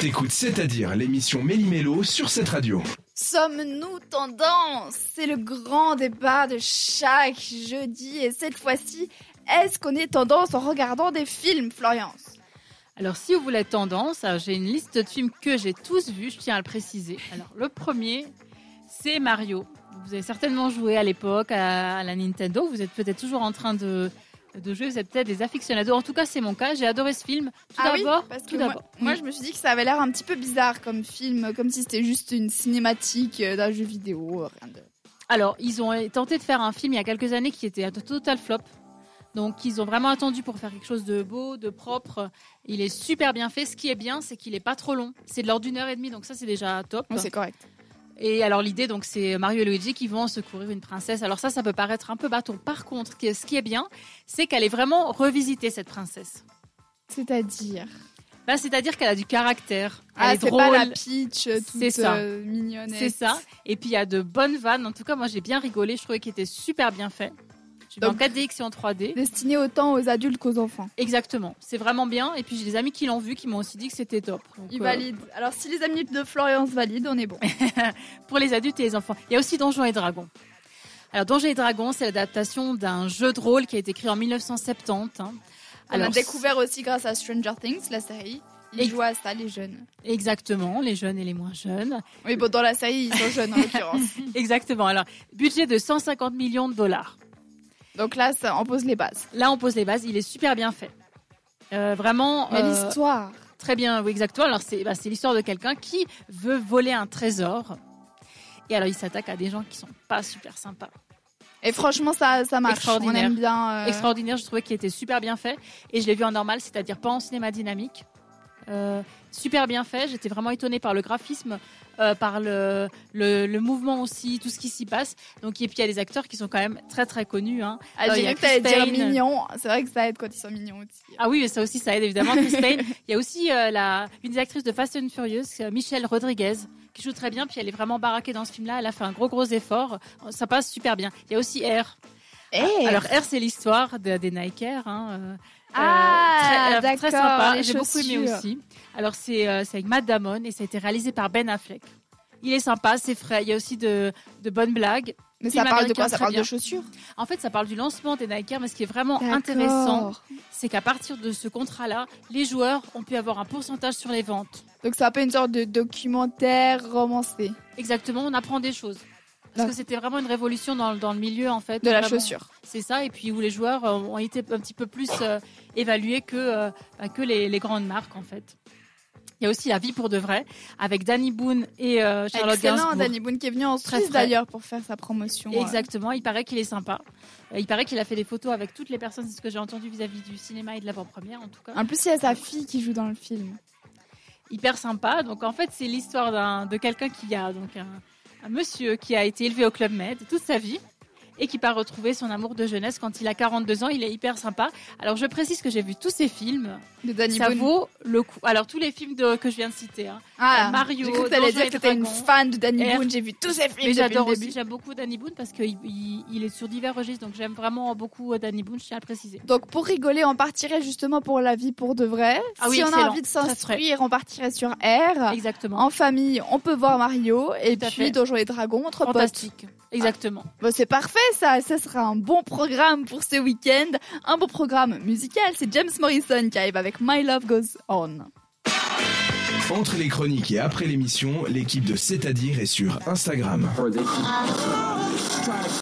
T'écoutes C'est-à-dire l'émission Méli-Mélo sur cette radio. Sommes-nous tendance C'est le grand débat de chaque jeudi et cette fois-ci, est-ce qu'on est tendance en regardant des films, Florence Alors, si vous voulez tendance, alors, j'ai une liste de films que j'ai tous vus, je tiens à le préciser. Alors, le premier, c'est Mario. Vous avez certainement joué à l'époque à à la Nintendo, vous êtes peut-être toujours en train de, de jouer, vous êtes peut-être des aficionados. En tout cas, c'est mon cas, j'ai adoré ce film. Tout Ah oui, d'abord, parce que tout moi, d'abord. moi, je me suis dit que ça avait l'air un petit peu bizarre comme film, comme si c'était juste une cinématique euh, d'un jeu vidéo, euh, rien de... Alors, ils ont euh, tenté de faire un film il y a quelques années qui était un total flop. Donc, ils ont vraiment attendu pour faire quelque chose de beau, de propre. Il est super bien fait. Ce qui est bien, c'est qu'il est pas trop long. C'est de l'ordre d'une heure et demie, donc ça, c'est déjà top. Bon, c'est correct. Et alors, l'idée, donc, c'est Mario et Luigi qui vont secourir une princesse. Alors ça, ça peut paraître un peu bâton. Par contre, que- ce qui est bien, c'est qu'elle est vraiment revisitée, cette princesse. C'est-à-dire... Là, c'est-à-dire qu'elle a du caractère. Elle Ah, est c'est drôle. pas la Peach euh, toute C'est ça. euh, mignonnette. C'est ça. Et puis il y a de bonnes vannes. En tout cas, moi j'ai bien rigolé. Je trouvais qu'il était super bien fait. Je l'ai vu en Donc- 4DX et en 3D. Destiné autant aux adultes qu'aux enfants. Exactement. C'est vraiment bien. Et puis j'ai des amis qui l'ont vu qui m'ont aussi dit que c'était top. Donc, Il euh, valide. Alors si les amis de Florence valident, on est bon. pour les adultes et les enfants. Il y a aussi Donjons et Dragons. Alors Donjons et Dragons, c'est l'adaptation d'un jeu de rôle qui a été créé en 1970. hein. On a Alors, découvert aussi grâce à Stranger Things, la série. Ils Ex- jouent à ça, les jeunes. Exactement, les jeunes et les moins jeunes. Oui, bon, dans la série, ils sont jeunes en l'occurrence. Exactement. Alors, budget de 150 millions de dollars. Donc là, ça, on pose les bases. Là, on pose les bases. Il est super bien fait. Euh, vraiment. Mais euh, l'histoire. Très bien, oui, exactement. Alors, c'est bah, c'est l'histoire de quelqu'un qui veut voler un trésor. Et alors, il s'attaque à des gens qui sont pas super sympas. Euh, Et franchement, ça, ça marche. On Extraordinaire. aime bien. euh, Extraordinaire, je trouvais qu'il était super bien fait. Et je l'ai vu en normal, c'est-à-dire pas en cinéma dynamique. Euh, super bien fait. J'étais vraiment étonnée par le graphisme, euh, par le, le, le mouvement aussi, tout ce qui s'y passe. Donc, et puis, il y a des acteurs qui sont quand même très, très connus. Hein. Ah, Euh, j'ai il y a vu que t'allais Chris dire Payne. mignon. C'est vrai que ça aide quand ils sont mignons aussi. Ah oui, mais ça aussi, ça aide évidemment. Chris Payne. Il y a aussi euh, la, une des actrices de Fast and Furious, euh, Michelle Rodriguez, qui joue très bien. Puis elle est vraiment baraquée dans ce film-là. Elle a fait un gros, gros effort. Ça passe super bien. Il y a aussi R. Eh, Alors R, c'est l'histoire de- des Nikers. Hein, euh, Ah, euh, très, euh, d'accord, très sympa. les J'ai beaucoup aimé chaussures. aussi. Alors c'est euh, c'est avec Matt Damon et ça a été réalisé par Ben Affleck. Il est sympa, c'est frais. Il y a aussi de, de bonnes blagues. mais film ça parle de quoi américain, Ça très parle de bien. chaussures. En fait, ça parle du lancement des Nikers, mais ce qui est vraiment intéressant, D'accord. c'est qu'à partir de ce contrat-là, les joueurs ont pu avoir un pourcentage sur les ventes. Donc c'est un peu une sorte de documentaire romancé Exactement, on apprend des choses. Parce D'accord. que c'était vraiment une révolution dans, le- dans le milieu, en fait. Bah. de la Vraiment, chaussure. C'est ça, et puis où les joueurs euh, ont été un petit peu plus euh, évalués que, euh, bah, que les, les grandes marques, en fait. Il y a aussi La vie pour de vrai, avec Danny Boone et euh, Charlotte Excellent, Gainsbourg. Danny Boone qui est venu en Très Suisse frais. d'ailleurs pour faire sa promotion. euh, Exactement, il paraît qu'il est sympa. Euh, Il paraît qu'il a fait des photos avec toutes les personnes, c'est ce que j'ai entendu vis-à-vis du cinéma et de l'avant-première, en tout cas. En plus, il y a sa fille qui joue dans le film. hyper sympa. Donc en fait, c'est l'histoire d'un de quelqu'un qui a donc un, un monsieur qui a été élevé au club Med toute sa vie et qui part retrouver son amour de jeunesse quand il a 42 ans. Il est hyper sympa. Alors je précise que j'ai vu tous ces films. De Danny ça Boone. vaut le coup. Alors tous les films de- que je viens de citer. hein. Ah, Mario, J'ai cru que t'allais Donjons dire et que t'étais une Dragons. fan de Danny R. Boone. J'ai vu tous ses films. Mais depuis j'adore le aussi. début. J'aime beaucoup Danny Boone parce qu'il il, il est sur divers registres. Donc j'aime vraiment beaucoup euh, Danny Boone. Je tiens à le préciser. Donc pour rigoler, on partirait justement pour la vie pour de vrai. Ah oui, si on a excellent. envie de Très frais. s'instruire, on partirait sur Ah. R. Exactement. En famille, on peut voir Mario et Tout à puis fait. Donjons et Dragons entre potes. Fantastique. Exactement. Bon, c'est parfait ça, ça sera un bon programme pour ce week-end. Un bon programme musical, c'est James Morrison qui arrive avec My Love Goes On. Entre les chroniques et après l'émission, l'équipe de C'est-à-dire est sur Instagram.